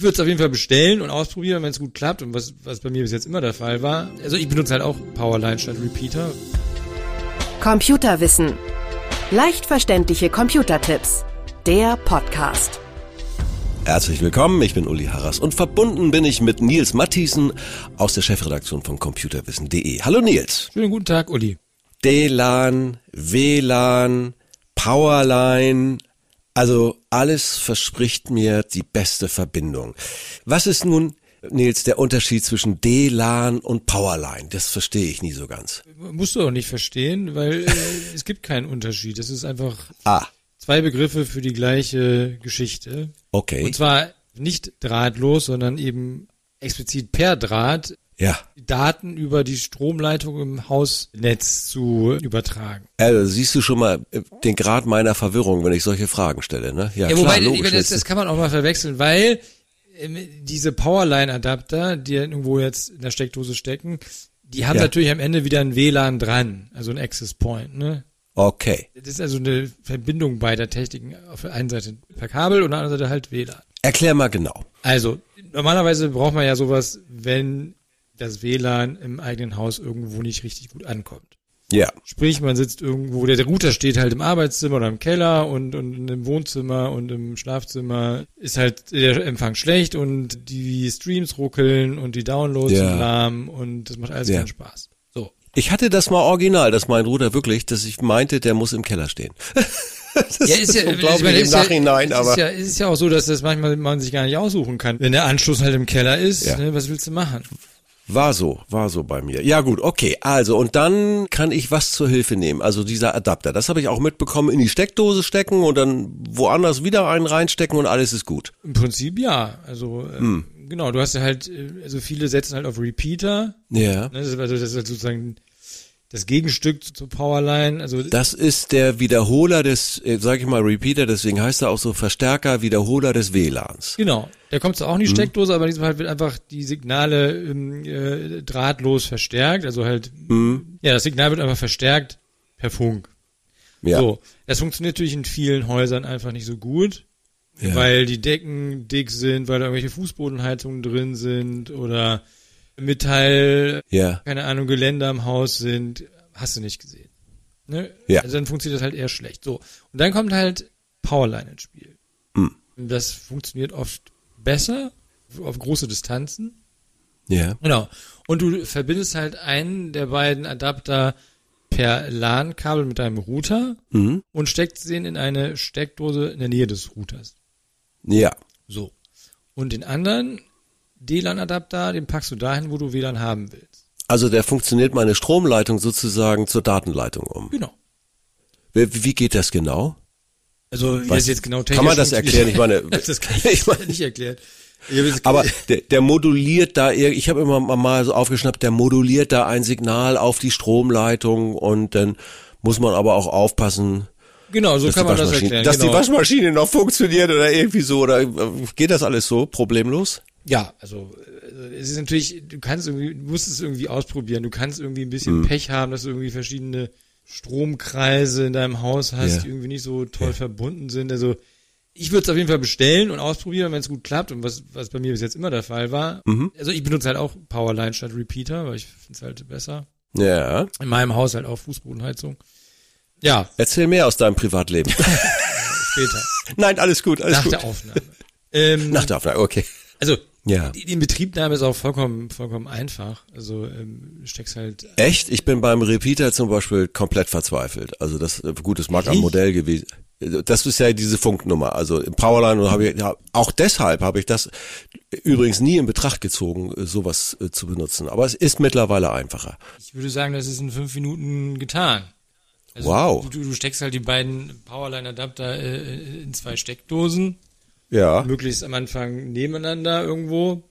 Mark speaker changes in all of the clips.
Speaker 1: würde es auf jeden Fall bestellen und ausprobieren, wenn es gut klappt und was, was bei mir bis jetzt immer der Fall war. Also ich benutze halt auch Powerline statt Repeater.
Speaker 2: Computerwissen. Leicht verständliche Computertipps. Der Podcast.
Speaker 3: Herzlich willkommen, ich bin Uli Harras und verbunden bin ich mit Nils Matthiesen aus der Chefredaktion von computerwissen.de. Hallo Nils.
Speaker 1: Schönen guten Tag, Uli.
Speaker 3: DLAN, WLAN, Powerline, also alles verspricht mir die beste Verbindung. Was ist nun, Nils, der Unterschied zwischen DLAN und Powerline? Das verstehe ich nie so ganz.
Speaker 1: Musst du auch nicht verstehen, weil äh, es gibt keinen Unterschied. Es ist einfach
Speaker 3: Ah,
Speaker 1: zwei Begriffe für die gleiche Geschichte.
Speaker 3: okay.
Speaker 1: Und zwar nicht drahtlos, sondern eben explizit per Draht
Speaker 3: Ja.
Speaker 1: Daten über die Stromleitung im Hausnetz zu übertragen.
Speaker 3: Also siehst du schon mal äh, den Grad meiner Verwirrung, wenn ich solche Fragen stelle, ne?
Speaker 1: Ja, wobei,
Speaker 3: logisch,
Speaker 1: das,
Speaker 3: jetzt-
Speaker 1: das kann man auch mal verwechseln, weil ähm, diese Powerline-Adapter, die dann irgendwo jetzt in der Steckdose stecken, die haben
Speaker 3: Ja.
Speaker 1: natürlich am Ende wieder ein WLAN dran, also ein Access Point. Ne?
Speaker 3: Okay.
Speaker 1: Das ist also eine Verbindung beider Techniken. Auf der einen Seite per Kabel und auf der anderen Seite halt WLAN.
Speaker 3: Erklär mal genau.
Speaker 1: Also, normalerweise braucht man ja sowas, wenn das WLAN im eigenen Haus irgendwo nicht richtig gut ankommt.
Speaker 3: Ja.
Speaker 1: Sprich, man sitzt irgendwo, der der Router steht halt im Arbeitszimmer oder im Keller und, und im Wohnzimmer und im Schlafzimmer ist halt der Empfang schlecht und die Streams ruckeln und die Downloads
Speaker 3: Ja.
Speaker 1: sind lahm und das macht alles
Speaker 3: Ja.
Speaker 1: keinen Spaß. So.
Speaker 3: Ich hatte das mal original, dass mein Bruder wirklich, dass ich meinte, der muss im Keller stehen. das
Speaker 1: ich
Speaker 3: unglaublich
Speaker 1: meine,
Speaker 3: im Nachhinein,
Speaker 1: ja, es
Speaker 3: aber
Speaker 1: Ist ja, es ist ja auch so, dass das manchmal man sich gar nicht aussuchen kann. Wenn der Anschluss halt im Keller ist,
Speaker 3: Ja.
Speaker 1: ne, was willst du machen?
Speaker 3: war so, war so bei mir. Ja gut, okay, also und dann kann ich was zur Hilfe nehmen, also dieser Adapter. Das habe ich auch mitbekommen, in die Steckdose stecken und dann woanders wieder einen reinstecken und alles ist gut.
Speaker 1: Im Prinzip ja. Also äh,
Speaker 3: Hm.
Speaker 1: genau, du hast ja halt, äh, also viele setzen halt auf Repeater.
Speaker 3: Ja.
Speaker 1: Ne? Das ist, also das ist halt sozusagen das Gegenstück zu- zur Powerline. Also
Speaker 3: Das ist der Wiederholer des, äh, sag ich mal Repeater, deswegen heißt er auch so Verstärker, Wiederholer des WLANs.
Speaker 1: genau, da kommt zwar auch in
Speaker 3: Mhm.
Speaker 1: die Steckdose, aber in diesem Fall wird einfach die Signale ähm, äh, drahtlos verstärkt. Also halt,
Speaker 3: Mhm.
Speaker 1: ja, das Signal wird einfach verstärkt per Funk.
Speaker 3: Ja.
Speaker 1: So, das funktioniert natürlich in vielen Häusern einfach nicht so gut,
Speaker 3: Ja.
Speaker 1: weil die Decken dick sind, weil da irgendwelche Fußbodenheizungen drin sind oder Metall
Speaker 3: Ja.
Speaker 1: keine Ahnung, Geländer im Haus sind, hast du nicht gesehen. Ne?
Speaker 3: Ja.
Speaker 1: Also dann funktioniert das halt eher schlecht. So. Und dann kommt halt Powerline ins Spiel.
Speaker 3: Hm.
Speaker 1: Das funktioniert oft besser, auf große Distanzen.
Speaker 3: Ja.
Speaker 1: Genau. Und du verbindest halt einen der beiden Adapter per LAN-Kabel mit deinem Router
Speaker 3: Mhm.
Speaker 1: und steckst den in eine Steckdose in der Nähe des Routers.
Speaker 3: Ja.
Speaker 1: So. Und den anderen DLAN-Adapter, den packst du dahin, wo du WLAN haben willst.
Speaker 3: Also der funktioniert meine Stromleitung sozusagen zur Datenleitung um.
Speaker 1: Genau.
Speaker 3: Wie, wie geht das genau?
Speaker 1: Also, wie
Speaker 3: Was-
Speaker 1: das jetzt genau
Speaker 3: kann man das
Speaker 1: technisch
Speaker 3: erklären? Ich meine-
Speaker 1: funktioniert, das kann ich,
Speaker 3: Ich meine-
Speaker 1: nicht erklären. Ich hab jetzt-
Speaker 3: Aber der, der moduliert da, ir- ich habe immer mal so aufgeschnappt, der moduliert da ein Signal auf die Stromleitung und dann muss man aber auch aufpassen,
Speaker 1: genau, so
Speaker 3: dass, die
Speaker 1: kann man das
Speaker 3: Waschmaschine,
Speaker 1: erklären.
Speaker 3: dass
Speaker 1: genau.
Speaker 3: die Waschmaschine noch funktioniert oder irgendwie so. Oder äh, geht das alles so problemlos?
Speaker 1: ja, also äh, es ist natürlich, du kannst irgendwie, du musst es irgendwie ausprobieren. Du kannst irgendwie ein bisschen
Speaker 3: Hm.
Speaker 1: Pech haben, dass du irgendwie verschiedene Stromkreise in deinem Haus hast,
Speaker 3: Ja.
Speaker 1: die irgendwie nicht so toll verbunden sind. Also ich würde es auf jeden Fall bestellen und ausprobieren, wenn es gut klappt und was, was bei mir bis jetzt immer der Fall war.
Speaker 3: Mhm.
Speaker 1: Also ich benutze halt auch Powerline statt Repeater, weil ich finde es halt besser.
Speaker 3: Ja.
Speaker 1: In meinem Haus halt auch Fußbodenheizung. Ja,
Speaker 3: Erzähl mehr aus deinem Privatleben.
Speaker 1: später.
Speaker 3: Nein, alles gut, alles
Speaker 1: Nach
Speaker 3: gut.
Speaker 1: der Aufnahme. Ähm,
Speaker 3: Nach der Aufnahme, okay.
Speaker 1: also
Speaker 3: Ja.
Speaker 1: die, die Inbetriebnahme ist auch vollkommen, vollkommen einfach. Also ähm, steckst halt.
Speaker 3: Echt? Ich bin beim Repeater zum Beispiel komplett verzweifelt. Also das, äh, gut, es mag am
Speaker 1: Ehrlich?
Speaker 3: Modell gewesen. äh, Das ist ja diese Funknummer. Also im Powerline habe ich, ja, auch deshalb habe ich das übrigens nie in Betracht gezogen, äh, sowas äh, zu benutzen. Aber es ist mittlerweile einfacher.
Speaker 1: Ich würde sagen, das ist in fünf Minuten getan. Also
Speaker 3: Wow.
Speaker 1: Du, du steckst halt die beiden Powerline-Adapter äh, in zwei Steckdosen,
Speaker 3: Ja.
Speaker 1: möglichst am Anfang nebeneinander irgendwo.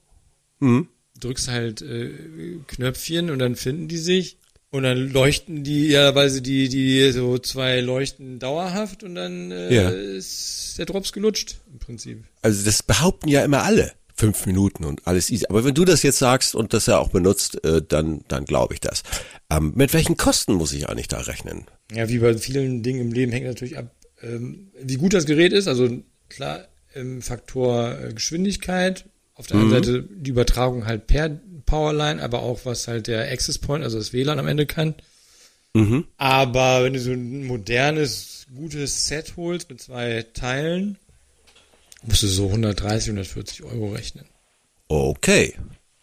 Speaker 3: Mhm.
Speaker 1: Drückst halt äh, Knöpfchen und dann finden die sich. Und dann leuchten die, idealerweise die, die so zwei leuchten dauerhaft und dann äh,
Speaker 3: Ja.
Speaker 1: ist der Drops gelutscht im Prinzip.
Speaker 3: Also das behaupten ja immer alle. Fünf Minuten und alles easy. Aber wenn du das jetzt sagst und das ja auch benutzt, äh, dann, dann glaube ich das. Ähm, mit welchen Kosten muss ich eigentlich da rechnen?
Speaker 1: Ja, wie bei vielen Dingen im Leben hängt natürlich ab, ähm, wie gut das Gerät ist. Also klar, ähm, Faktor äh, Geschwindigkeit auf der einen
Speaker 3: Mhm.
Speaker 1: Seite die Übertragung halt per Powerline, aber auch was halt der Access Point, also das WLAN am Ende kann.
Speaker 3: Mhm.
Speaker 1: Aber wenn du so ein modernes, gutes Set holst mit zwei Teilen, musst du so 130, 140 Euro rechnen.
Speaker 3: Okay.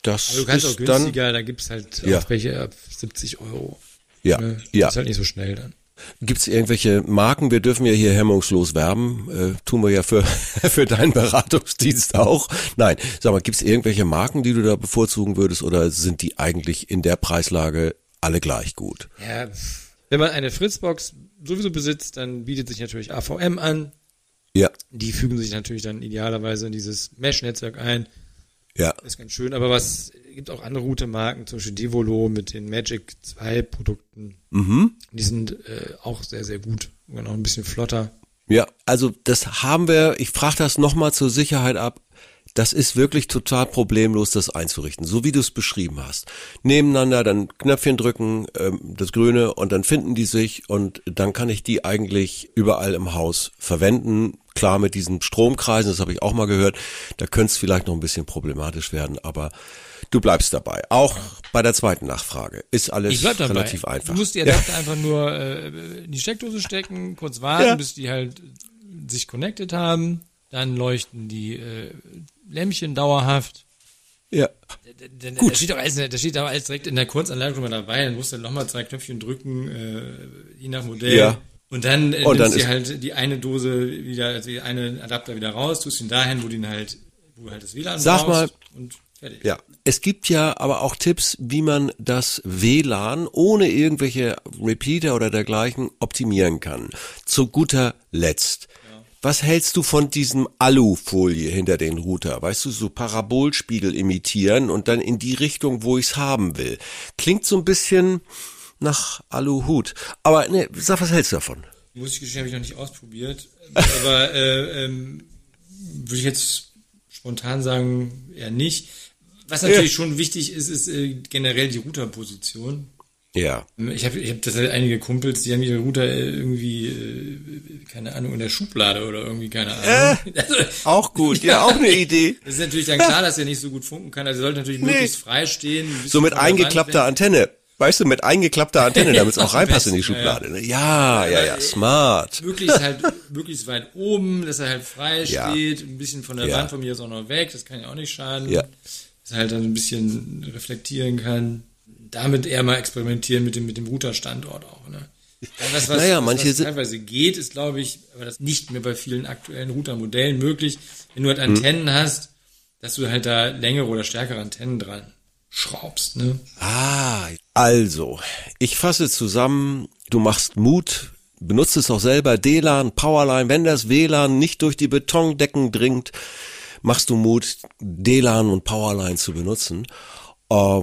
Speaker 3: Das
Speaker 1: Aber Also du kannst auch
Speaker 3: ist dann,
Speaker 1: günstiger, da gibt's halt
Speaker 3: Ja.
Speaker 1: auch welche ab 70 Euro.
Speaker 3: ja,
Speaker 1: Ne?
Speaker 3: ja.
Speaker 1: Ist halt nicht so schnell dann.
Speaker 3: Gibt es irgendwelche Marken? Wir dürfen ja hier hemmungslos werben. Äh, tun wir ja für, für deinen Beratungsdienst auch. Nein, sag mal, gibt es irgendwelche Marken, die du da bevorzugen würdest oder sind die eigentlich in der Preislage alle gleich gut?
Speaker 1: Ja, pff. wenn man eine Fritzbox sowieso besitzt, dann bietet sich natürlich AVM an.
Speaker 3: Ja,
Speaker 1: Die fügen sich natürlich dann idealerweise in dieses Mesh-Netzwerk ein.
Speaker 3: ja,
Speaker 1: Ist ganz schön, aber was gibt auch andere gute Marken, zum Beispiel Devolo mit den Magic 2 Produkten.
Speaker 3: Mhm.
Speaker 1: Die sind äh, auch sehr, sehr gut. Und auch ein bisschen flotter.
Speaker 3: ja. Also das haben wir, ich frage das nochmal zur Sicherheit ab. Das ist wirklich total problemlos, das einzurichten, so wie du es beschrieben hast. Nebeneinander dann Knöpfchen drücken, ähm, das Grüne, und dann finden die sich und dann kann ich die eigentlich überall im Haus verwenden. Klar, mit diesen Stromkreisen, das habe ich auch mal gehört, da könnte es vielleicht noch ein bisschen problematisch werden, aber du bleibst dabei. Auch bei der zweiten Nachfrage ist alles
Speaker 1: Ich bleib dabei.
Speaker 3: relativ einfach.
Speaker 1: Du musst die Adapter einfach nur äh, in die Steckdose stecken, kurz warten,
Speaker 3: Ja.
Speaker 1: bis die halt sich connected haben. Dann leuchten die äh, Lämpchen dauerhaft.
Speaker 3: ja.
Speaker 1: Denn Da steht doch alles, da steht aber alles direkt in der Kurzanleitung mal dabei. Dann musst du nochmal zwei Knöpfchen drücken, äh, je nach Modell.
Speaker 3: Ja.
Speaker 1: Und dann äh,
Speaker 3: Und dann
Speaker 1: nimmst du
Speaker 3: ist-
Speaker 1: halt die eine Dose wieder, also die eine Adapter wieder raus, tust ihn dahin, wo den halt, wo halt das WLAN
Speaker 3: Sag
Speaker 1: brauchst
Speaker 3: mal-
Speaker 1: und fertig.
Speaker 3: Ja. Es gibt ja aber auch Tipps, wie man das WLAN ohne irgendwelche Repeater oder dergleichen optimieren kann. Zu guter Letzt. Was hältst du von diesem Alufolie hinter den Router? Weißt du, so Parabolspiegel imitieren und dann in die Richtung, wo ich's haben will. Klingt so ein bisschen nach Aluhut. Aber ne, sag, was hältst du davon?
Speaker 1: Muss ich gestehen, habe ich noch nicht ausprobiert. Aber äh, ähm, würde ich jetzt spontan sagen, eher nicht. Was natürlich schon wichtig ist, ist äh, generell die Routerposition.
Speaker 3: Ja.
Speaker 1: Ich habe ich hab das halt einige Kumpels, die haben ihre Router äh, irgendwie, äh, keine Ahnung, in der Schublade oder irgendwie, keine Ahnung.
Speaker 3: Äh?
Speaker 1: Also,
Speaker 3: Auch gut. Ja, auch eine Idee.
Speaker 1: das ist natürlich dann klar, dass er nicht so gut funken kann. Also er sollte natürlich möglichst frei stehen. ein bisschen
Speaker 3: So mit
Speaker 1: von der Wand
Speaker 3: eingeklappter Antenne. Weißt du, mit eingeklappter Antenne, damit es auch reinpasst in die Schublade. ne? Ja, ja, ja, smart.
Speaker 1: möglichst halt möglichst weit oben, dass er halt frei
Speaker 3: Ja.
Speaker 1: steht, ein bisschen von der
Speaker 3: Ja.
Speaker 1: Wand von mir ist auch noch weg, das kann ja auch nicht schaden.
Speaker 3: Ja.
Speaker 1: Dass er halt dann ein bisschen reflektieren kann. Damit eher mal experimentieren mit dem, mit dem Routerstandort auch, ne? Weil Das, was,
Speaker 3: Naja,
Speaker 1: das,
Speaker 3: manche
Speaker 1: was
Speaker 3: sind-
Speaker 1: teilweise geht, ist, glaube ich, aber das nicht mehr bei vielen aktuellen Routermodellen möglich, wenn du halt Antennen hast, dass du halt da längere oder stärkere Antennen dran schraubst, ne?
Speaker 3: Ah, also, ich fasse zusammen, du machst Mut, benutzt es auch selber, DLAN, Powerline, wenn das WLAN nicht durch die Betondecken dringt, machst du Mut, DLAN und Powerline zu benutzen. Äh,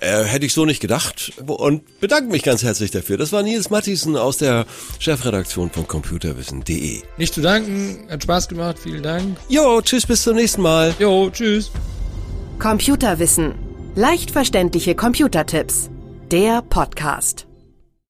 Speaker 3: äh, hätte ich so nicht gedacht und bedanke mich ganz herzlich dafür. Das war Nils Matthiesen aus der Chefredaktion von computerwissen.de.
Speaker 1: Nicht zu danken, hat Spaß gemacht, vielen Dank.
Speaker 3: Jo, tschüss, bis zum nächsten Mal.
Speaker 1: Jo, tschüss.
Speaker 2: Computerwissen. Leicht verständliche Computertipps. Der Podcast.